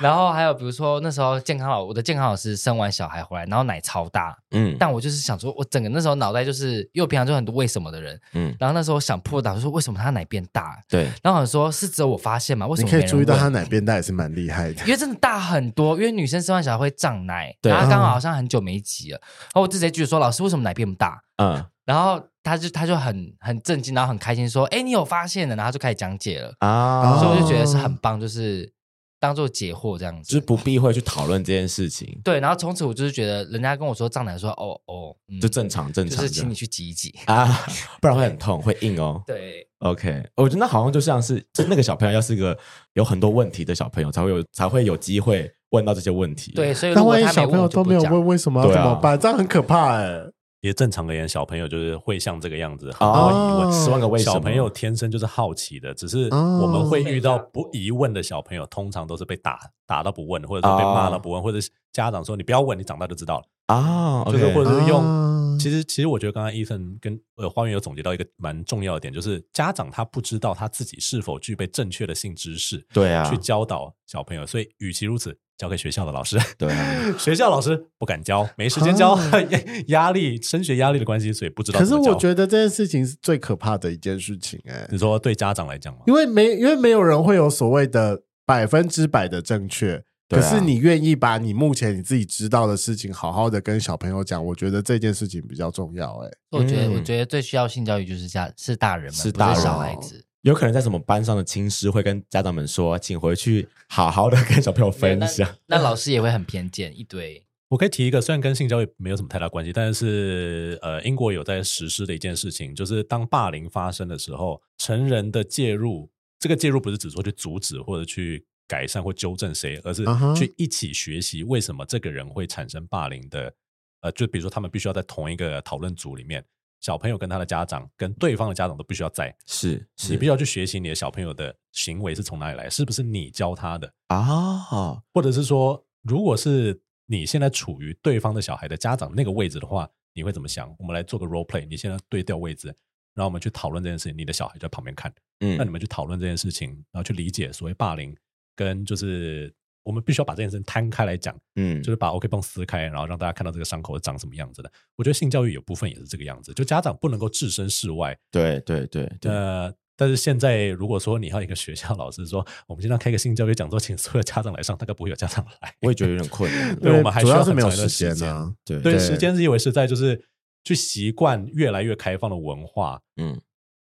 D: 然后还有比如说那时候健康老我的健康老师生完小孩回来，然后奶超大，
B: 嗯，
D: 但我就是想说，我整个那时候脑袋就是，因为我平常就很多为什么的人，
B: 嗯，
D: 然后那时候我想破导说为什么他奶变大，
B: 对，
D: 然后我想说是只有我发现吗？为什
A: 你
D: 么
A: 可以
D: 没人
A: 注意到
D: 问
A: 他奶变大也是蛮厉害的。
D: 因为真的大很多，因为女生生完小孩会胀奶，
B: 对
A: 啊
D: 然后她刚好好像很久没挤了，然后我就直接举手说老师为什么奶变不大？
B: 嗯
D: 然后他就他就很很震惊，然后很开心说，哎，你有发现了，然后他就开始讲解了，
B: 啊，
A: 哦
D: 所以我就觉得是很棒，就是当做解惑这样
B: 就是
D: 子。
B: 不避讳去讨论这件事情，
D: 对，然后从此我就是觉得人家跟我说胀奶说，哦哦，嗯
B: 就正常正
D: 就
B: 常
D: 是
B: 这
D: 请
B: 样
D: 你去挤一挤。
B: 啊，不然会很痛，会硬哦。
D: 对，
B: OK，我觉得那好像就像是就那个小朋友，要是个有很多问题的小朋友，才会有才会有机会问到这些问题。
D: 对，，所以如
A: 但
D: 果
A: 万一
D: 他
A: 小朋友
D: 我就
A: 都
D: 不
A: 没有
D: 讲
A: 问为什么要
B: 对
A: 怎
B: 啊
A: 么办，这样很可怕哎。
C: 也正常而言，小朋友就是会像这个样子，很多疑
B: 哦，
C: 问。
B: 十万个为什么，
C: 小朋友天生就是好奇的，只是
A: 哦
C: 我们会遇到不疑问的小朋友，通常都是被打打到不问，或者说被骂
B: 哦
C: 到不问，或者是家长说你不要问，你长大就知道了。
B: 啊，
C: 就是或者是用，
A: 啊
C: 其实其实我觉得刚刚医生跟呃花园有总结到一个蛮重要的点，就是家长他不知道他自己是否具备正确的性知识，
B: 对啊
C: 去教导小朋友，所以与其如此，交给学校的老 师。
B: 对啊，
C: 学校老师不敢教，没时间教，
A: 啊
C: 压力升学压力的关系，所以不知道
A: 可
C: 怎
A: 是
C: 么教。
A: 我觉得这件事情是最可怕的一件事情哎，
C: 你说对家长来讲嘛，
A: 因为没因为没有人会有所谓的百分之百的正确，
B: 对
A: 可
B: 啊
A: 是你愿意把你目前你自己知道的事情好好的跟小朋友讲，我觉得这件事情比较重要、哎，
D: 我觉得，
B: 嗯
D: 我觉得最需要性教育就是家是大人们，
B: 是
D: 不
B: 大人哦
D: 小孩子。
B: 有可能在什么班上的亲师会跟家长们说，啊请回去好好的跟小朋友分享。
D: 那老师也会很偏见，一堆
C: 我可以提一个，虽然跟性教育没有什么太大关系，但是呃，英国有在实施的一件事情，就是当霸凌发生的时候，成人的介入，这个介入不是只说去阻止或者去改善或纠正谁，而是
A: 啊哈
C: 去一起学习为什么这个人会产生霸凌的。呃，就比如说他们必须要在同一个讨论组里面，小朋友跟他的家长跟对方的家长都必须要在，
B: 是
C: 你
B: 是
C: 必须要去学习你的小朋友的行为是从哪里来，是不是你教他的？
B: 啊，
C: 或者是说，如果是你现在处于对方的小孩的家长那个位置的话，你会怎么想？我们来做个 role play，你现在对调位置，然后我们去讨论这件事情。你的小孩就在旁边看，那你
B: 嗯，
C: 们去讨论这件事情，然后去理解所谓霸凌跟就是我们必须要把这件事情摊开来讲，
B: 嗯，
C: 就是把 OK 绷撕开，然后让大家看到这个伤口是长什么样子的。我觉得性教育有部分也是这个样子，就家长不能够置身事外，
B: 对对对对，
C: 呃，但是现在如果说你要一个学校老师说，我们今天要开个性教育讲座，请所有家长来上，大概不会有家长来。
B: 我也觉得有点困难。
C: 对
A: 因为
C: 我们还
A: 主
C: 需
A: 要
C: 要
A: 是
C: 很
A: 没有
C: 长一段时
A: 时间
C: 间
A: 啊。
B: 对
C: 对，
A: 对
C: 时间是一回事，在就是去习惯越来越开放的文化。
B: 嗯，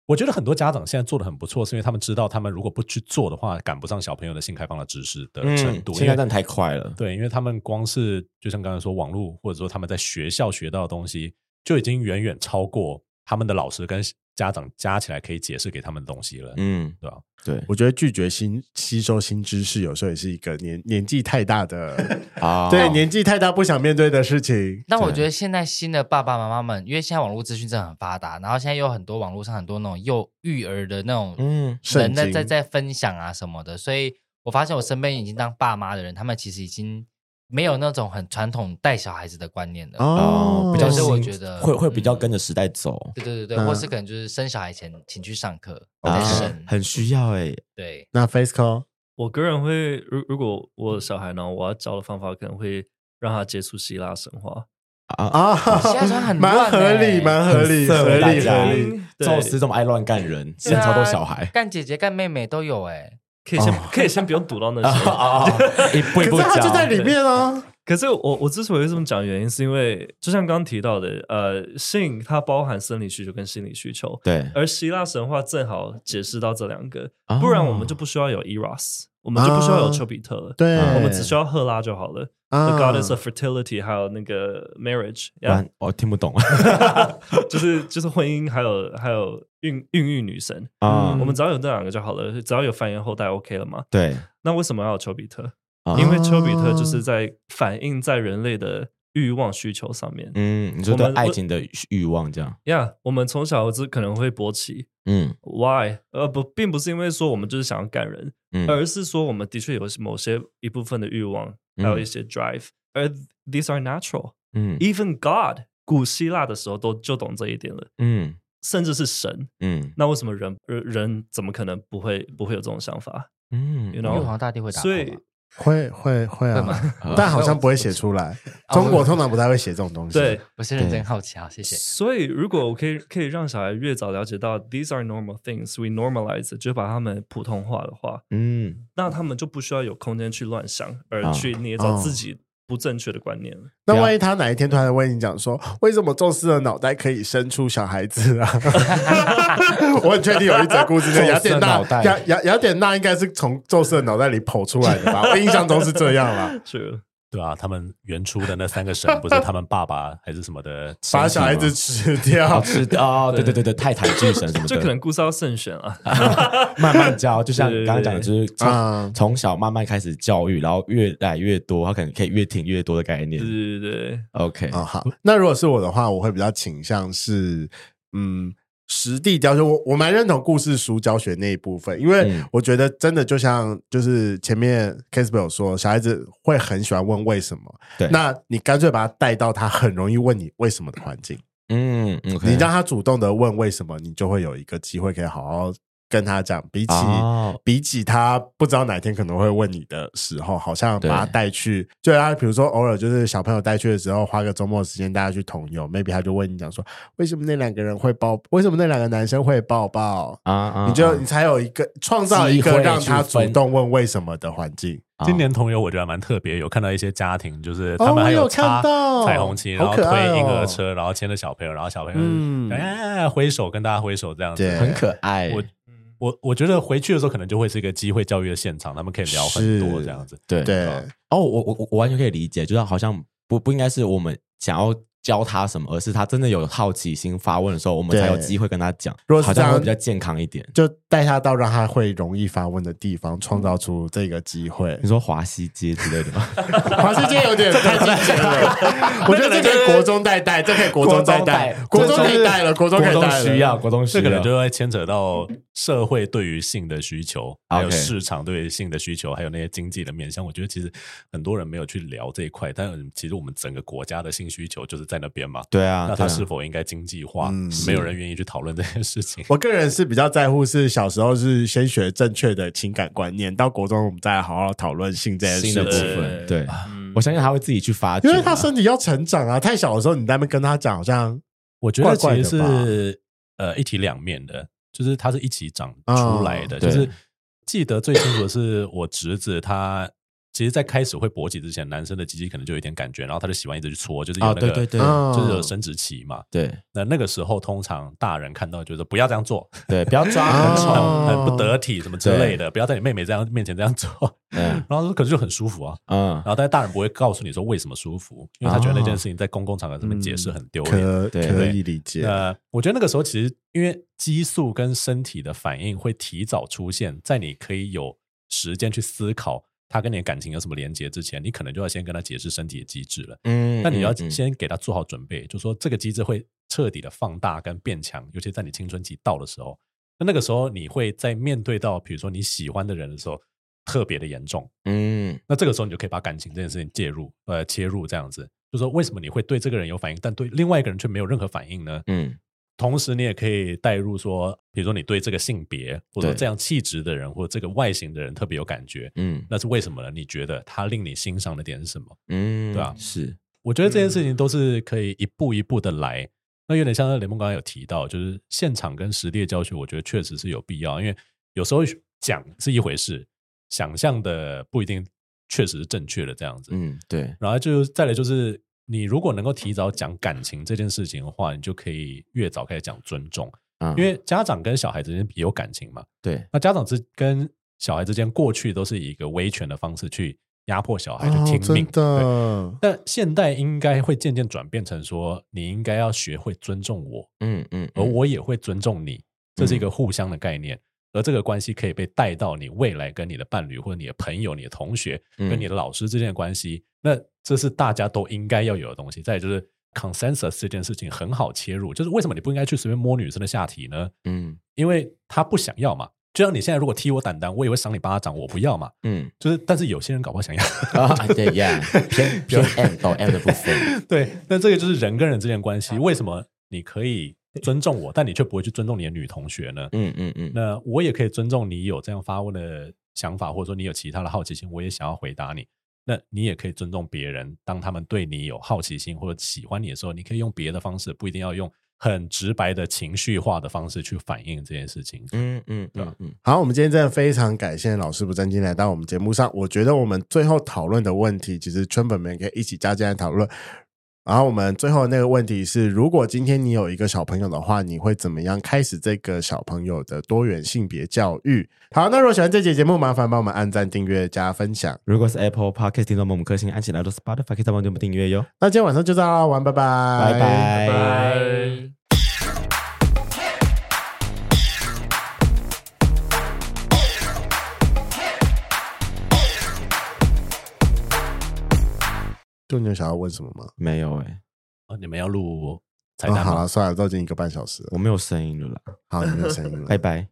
C: 我觉得很多家长现在做的很不错，是因为他们知道，他们如果不去做的话，赶不上小朋友的性开放的知识的呃程度。因
B: 嗯现
C: 为
B: 在真的太快了。
C: 对，因为他们光是就像刚才说网络，或者说他们在学校学到的东西，就已经远远超过他们的老师跟家长加起来可以解释给他们的东西了。
B: 嗯，
C: 对吧？
B: 对
A: 我觉得拒绝新吸收新知识，有时候也是一个年年纪太大的，
B: 啊，
A: 对年纪太大不想面对的事情。
D: 但我
B: 对
D: 觉得现在新的爸爸妈妈们，因为现在网络资讯真的很发达，然后现在有很多网络上很多那种幼育儿的那种
B: 嗯
A: 圣
D: 人在
A: 经
D: 在在分享啊什么的，所以我发现我身边已经当爸妈的人，他们其实已经没有那种很传统带小孩子的观念了。
B: 哦，比较
D: 但是我
B: 新
D: 觉得
B: 会会比较
D: 嗯
B: 跟着时代走
D: 对对对对，
A: 嗯
D: 或是可能就是生小孩前请去上课
B: 啊
D: 再生，，
B: 很需要哎。
D: 对，
A: 那 Face Call
E: 我个人会，如如果我有小孩呢，我要教的方法可能会让他接触希腊神话。
B: 啊，
A: 啊，
D: 现在算很
A: 蛮
D: 乱
A: 合
D: 欸
A: 理，蛮合
B: 很
A: 理，
B: 色
A: 合
B: 大
A: 理，
B: 家
A: 合理。
E: 对
B: 宙斯这么爱乱干人，
D: 对
B: 生
D: 啊
B: 超多小孩
D: 干姐姐干妹妹都有哎、
E: 可以先、可以先不用读到那些。
B: 啊，一
A: 可
B: 步一
A: 是
B: 步
A: 他就在
B: 教。
A: 里面啊，
E: 可是我我之所以会这么讲，原因是因为就像刚刚提到的，呃，性它包含生理需求跟心理需求，
B: 对，
E: 而希腊神话正好解释到这两个
B: 哦，
E: 不然我们就不需要有 Eros，我们就不需要有丘比特了，
A: 对，
B: 我
E: 我们只需要赫拉就好了。The
A: 啊
E: goddess of fertility，还有那个 marriage，
B: 不
E: yeah
B: 然我听不懂
E: 就是就是婚姻，还有还有孕孕育女神。
B: 啊
E: 嗯我。们只要有这两个就好了，只要有繁衍后代 OK 了嘛？
B: 对，
E: 那为什么要有丘比特？
B: 啊
E: 因为丘比特
B: 哦
E: 就是在反映在人类的欲望需求上面。
B: 嗯，你说
E: 我
B: 对
E: 们
B: 爱情的欲欲望这样，
E: 呀，我们从小就可能会勃起
B: 嗯
E: ，Why？呃，不，并不是因为说我们就是想要干人，
B: 嗯，
E: 而是说我们的确有某些一部分的欲望，
B: 嗯
E: 还有一些 drive，、而 these are natural。
B: 嗯
E: Even God，古希腊的时候都就懂这一点了，
B: 嗯
E: 甚至是神。
B: 嗯
E: 那为什么人呃人怎么可能不会不会有这种想法？
B: 嗯
D: 玉
E: you know
D: 皇大帝会打炮吧
E: 所以
A: 会会会
D: 会
A: 啊，
D: 吗？
A: 但好像不会写出来。中国通常不太会写这种东西。
E: 对，，
D: 我是认真好奇啊，谢谢。
E: 所以如果我可以可以让小孩越早了解到 these are normal things，we normalize，it，就把他们普通话的话，
B: 嗯，
E: 那他们就不需要有空间去乱想，而
B: 啊
E: 去捏造自己不正确的观念了。
A: 那万一他哪一天突然问你讲说，为什么宙斯的脑袋可以生出小孩子啊？ 我很确定有一则故事，就雅典娜
B: 宙斯的脑袋
A: 雅雅雅典娜应该是从宙斯的脑袋里跑出来的吧？我印象中是这样啦。，
E: 是，
C: 对啊，他们原初的那三个神不是他们爸爸还是什么 的
A: 把小孩子吃掉
B: 好， 吃的哦，对对对对，泰坦巨神什么的，
E: 这可能故事要慎选啊。
B: 慢慢教，就像
E: 对对对
B: 刚刚讲的，就是
A: 啊
B: 从从小慢慢开始教育，然后越来越多，他可能可以越听越多的概念
E: 对。对对，
B: OK，
A: 哦，好，那如果是我的话，我会比较倾向是，嗯，实地教学。我我蛮认同故事书教学那一部分，因为
B: 嗯
A: 我觉得真的就像就是前面 Casper 有说，小孩子会很喜欢问为什么。
B: 对
A: 那你干脆把他带到他很容易问你为什么的环境，
B: 嗯，OK，
A: 你让他主动的问为什么，你就会有一个机会可以好好跟他讲，比起、
B: 哦
A: 比起他不知道哪天可能会问你的时候，好像把他
B: 对
A: 带去，就他比如说偶尔就是小朋友带去的时候，花个周末的时间带他去同游，maybe 他就问你讲说，为什么那两个人会抱，为什么那两个男生会抱抱？
B: 啊啊
A: 你就你才有一个创造一
B: 机
A: 个
B: 会
A: 让他
B: 去
A: 主
B: 分
A: 动问为什么的环境。
B: 啊
C: 今年同游我觉得还蛮特别，有看到一些家庭，就是
A: 啊哦
C: 他们还
A: 我有
C: 插
A: 看到
C: 彩虹旗，然
A: 好
C: 后
A: 可爱哦
C: 推婴儿车，然后牵着小朋友，然后小朋友
A: 嗯
C: 哎哎哎挥手跟大家挥手这样子
A: 对。
B: 很可爱。
C: 我我我觉得回去的时候可能就会是一个机会教育的现场，他们可以聊很多
A: 是
C: 这样子。
B: 对
A: 对，
B: 哦，我我我我完全可以理解，就是好像不不应该是我们想要教他什么，而是他真的有好奇心发问的时候，我们才有
A: 对
B: 机会跟他讲，
A: 如果是
B: 好
A: 这
B: 像
A: 样
B: 会比较健康一点。
A: 就带他到让他会容易发问的地方，创造出这个机会
B: 你。说华西街之类的吗？
A: 华世界有点太极限了， 我觉得这可以国中代带，这可以国中代带，国中可以带了，国中可以带了。
B: 需要，国中需
C: 这
B: 要，
C: 可能就会牵扯到社会对于性的需求，还有
B: OK
C: 市场对于性的需求，还有那些经济的面向。我觉得其实很多人没有去聊这一块，但其实我们整个国家的性需求就是在那边嘛。
B: 对啊。
C: 那
B: 对
C: 它
B: 啊
C: 是否应该经济化
A: 嗯？
C: 没有人愿意去讨论这件事情。
A: 我个人是比较在乎，是小时候是先学正确的情感观念，到国中我们再好好讨论性这件
B: 新
A: 事
B: 的部
A: 情。
B: 分？
E: 对
B: 对，我相信他会自己去发掘啊
A: 因
B: 嘛，
A: 为他身体要成长啊，太小的时候你在那边跟他讲，好像
C: 我觉得其实
A: 怪怪
C: 是呃一体两面的，就是它是一起长出来的。
B: 哦
C: 就是
B: 对
C: 记得最清楚的是我侄子他。其实，在开始会勃起之前，男生的鸡鸡可能就有一点感觉，然后他就喜欢一直去戳，就是有
B: 啊，
C: 那个、
B: 对对哦对
A: 嗯
C: 就是有生殖期嘛。
B: 对
C: 那那个时候，通常大人看到就是不要这样做，
B: 对，不要抓
A: 啊
B: 很
C: 很
B: 丑，
C: 很不得体什么之类的，不要在你妹妹这样面前这样做。
B: 嗯
C: 然后说可是就很舒服啊，
B: 嗯
C: 然，后但是大人不会告诉你说为什么舒服，因为他觉得那件事情在公共场合上面解
B: 哦
C: 释很丢脸。
A: 可
B: 对
A: 可以理解。
C: 呃，我觉得那个时候其实因为激素跟身体的反应会提早出现，在你可以有时间去思考他跟你的感情有什么连接之前，你可能就要先跟他解释身体的机制了。
B: 嗯
C: 那你要
B: 嗯嗯
C: 先给他做好准备，就说这个机制会彻底的放大跟变强，尤其在你青春期到的时候，那那个时候你会在面对到比如说你喜欢的人的时候特别的严重。
B: 嗯
C: 那这个时候你就可以把感情这件事情介入，呃，切入这样子，就说为什么你会对这个人有反应，但对另外一个人却没有任何反应呢？
B: 嗯
C: 同时，你也可以带入说，比如说你对这个性别或者
B: 对
C: 这样气质的人或者这个外形的人特别有感觉，
B: 嗯
C: 那是为什么呢？你觉得他令你欣赏的点是什么？
B: 嗯，
C: 对啊
B: 是
C: 我觉得这件
B: 嗯
C: 事情都是可以一步一步的来。那有点像雷蒙刚刚有提到，就是现场跟实地的教学，我觉得确实是有必要，因为有时候讲是一回事，想象的不一定确实是正确的这样子。
B: 嗯对，
C: 然后就再来就是，你如果能够提早讲感情这件事情的话，你就可以越早开始讲尊重，
B: 嗯
C: 因为家长跟小孩之间也有感情嘛。
B: 对
C: 那家长之跟小孩之间过去都是以一个威权的方式去压迫小孩，
A: 哦
C: 去听
A: 真
C: 命。对
A: 的，
C: 但现代应该会渐渐转变成说，你应该要学会尊重我，
B: 嗯嗯，
C: 而
B: 嗯
C: 我也会尊重你，这
A: 嗯
C: 是一个互相的概念。而这个关系可以被带到你未来跟你的伴侣或者你的朋友、你的同学
B: 嗯
C: 跟你的老师之间的关系，那这是大家都应该要有的东西。再来就是 consensus 这件事情很好切入，就是为什么你不应该去随便摸女生的下体呢？
B: 嗯
C: 因为她不想要嘛。就像你现在如果踢我胆胆，我也会赏你巴掌，我不要嘛。
B: 嗯
C: 就是，但是有些人搞不好想要，
B: 啊对呀，偏偏 M 到 M 的部分，
C: 对，那这个就是人跟人之间的关系。为什么你可以尊重我，但你却不会去尊重你的女同学呢？
B: 嗯嗯嗯，
C: 那我也可以尊重你有这样发问的想法，或者说你有其他的好奇心，我也想要回答你。那你也可以尊重别人，当他们对你有好奇心或者喜欢你的时候，你可以用别的方式，不一定要用很直白的情绪化的方式去反映这件事情。
B: 嗯嗯
C: 对
B: 嗯
C: 啊吧
B: 嗯
A: 好，我们今天真的非常感谢老师不正经来到我们节目上。我觉得我们最后讨论的问题，其实圈粉们也可以一起加进来讨论。然后我们最后那个问题是：如果今天你有一个小朋友的话，你会怎么样开始这个小朋友的多元性别教育？好，那如果喜欢这节节目，麻烦帮我们按赞、订阅、加分享。
B: 如果是 Apple Podcast 听众们，我们颗星按起来；，都 Spotify 可以帮我们订阅哟。
A: 那今天晚上就这样啦，玩，拜拜，
B: 拜。拜。
D: 拜。
A: 就你有想要问什么吗？
B: 没有哎、
C: 哦，你们要录彩
A: 哦、
C: 蛋吗？
A: 好了，算了，都已经一个半小时了。
B: 我没有声音了啦，
A: 好，你没有声音了。
B: 拜拜。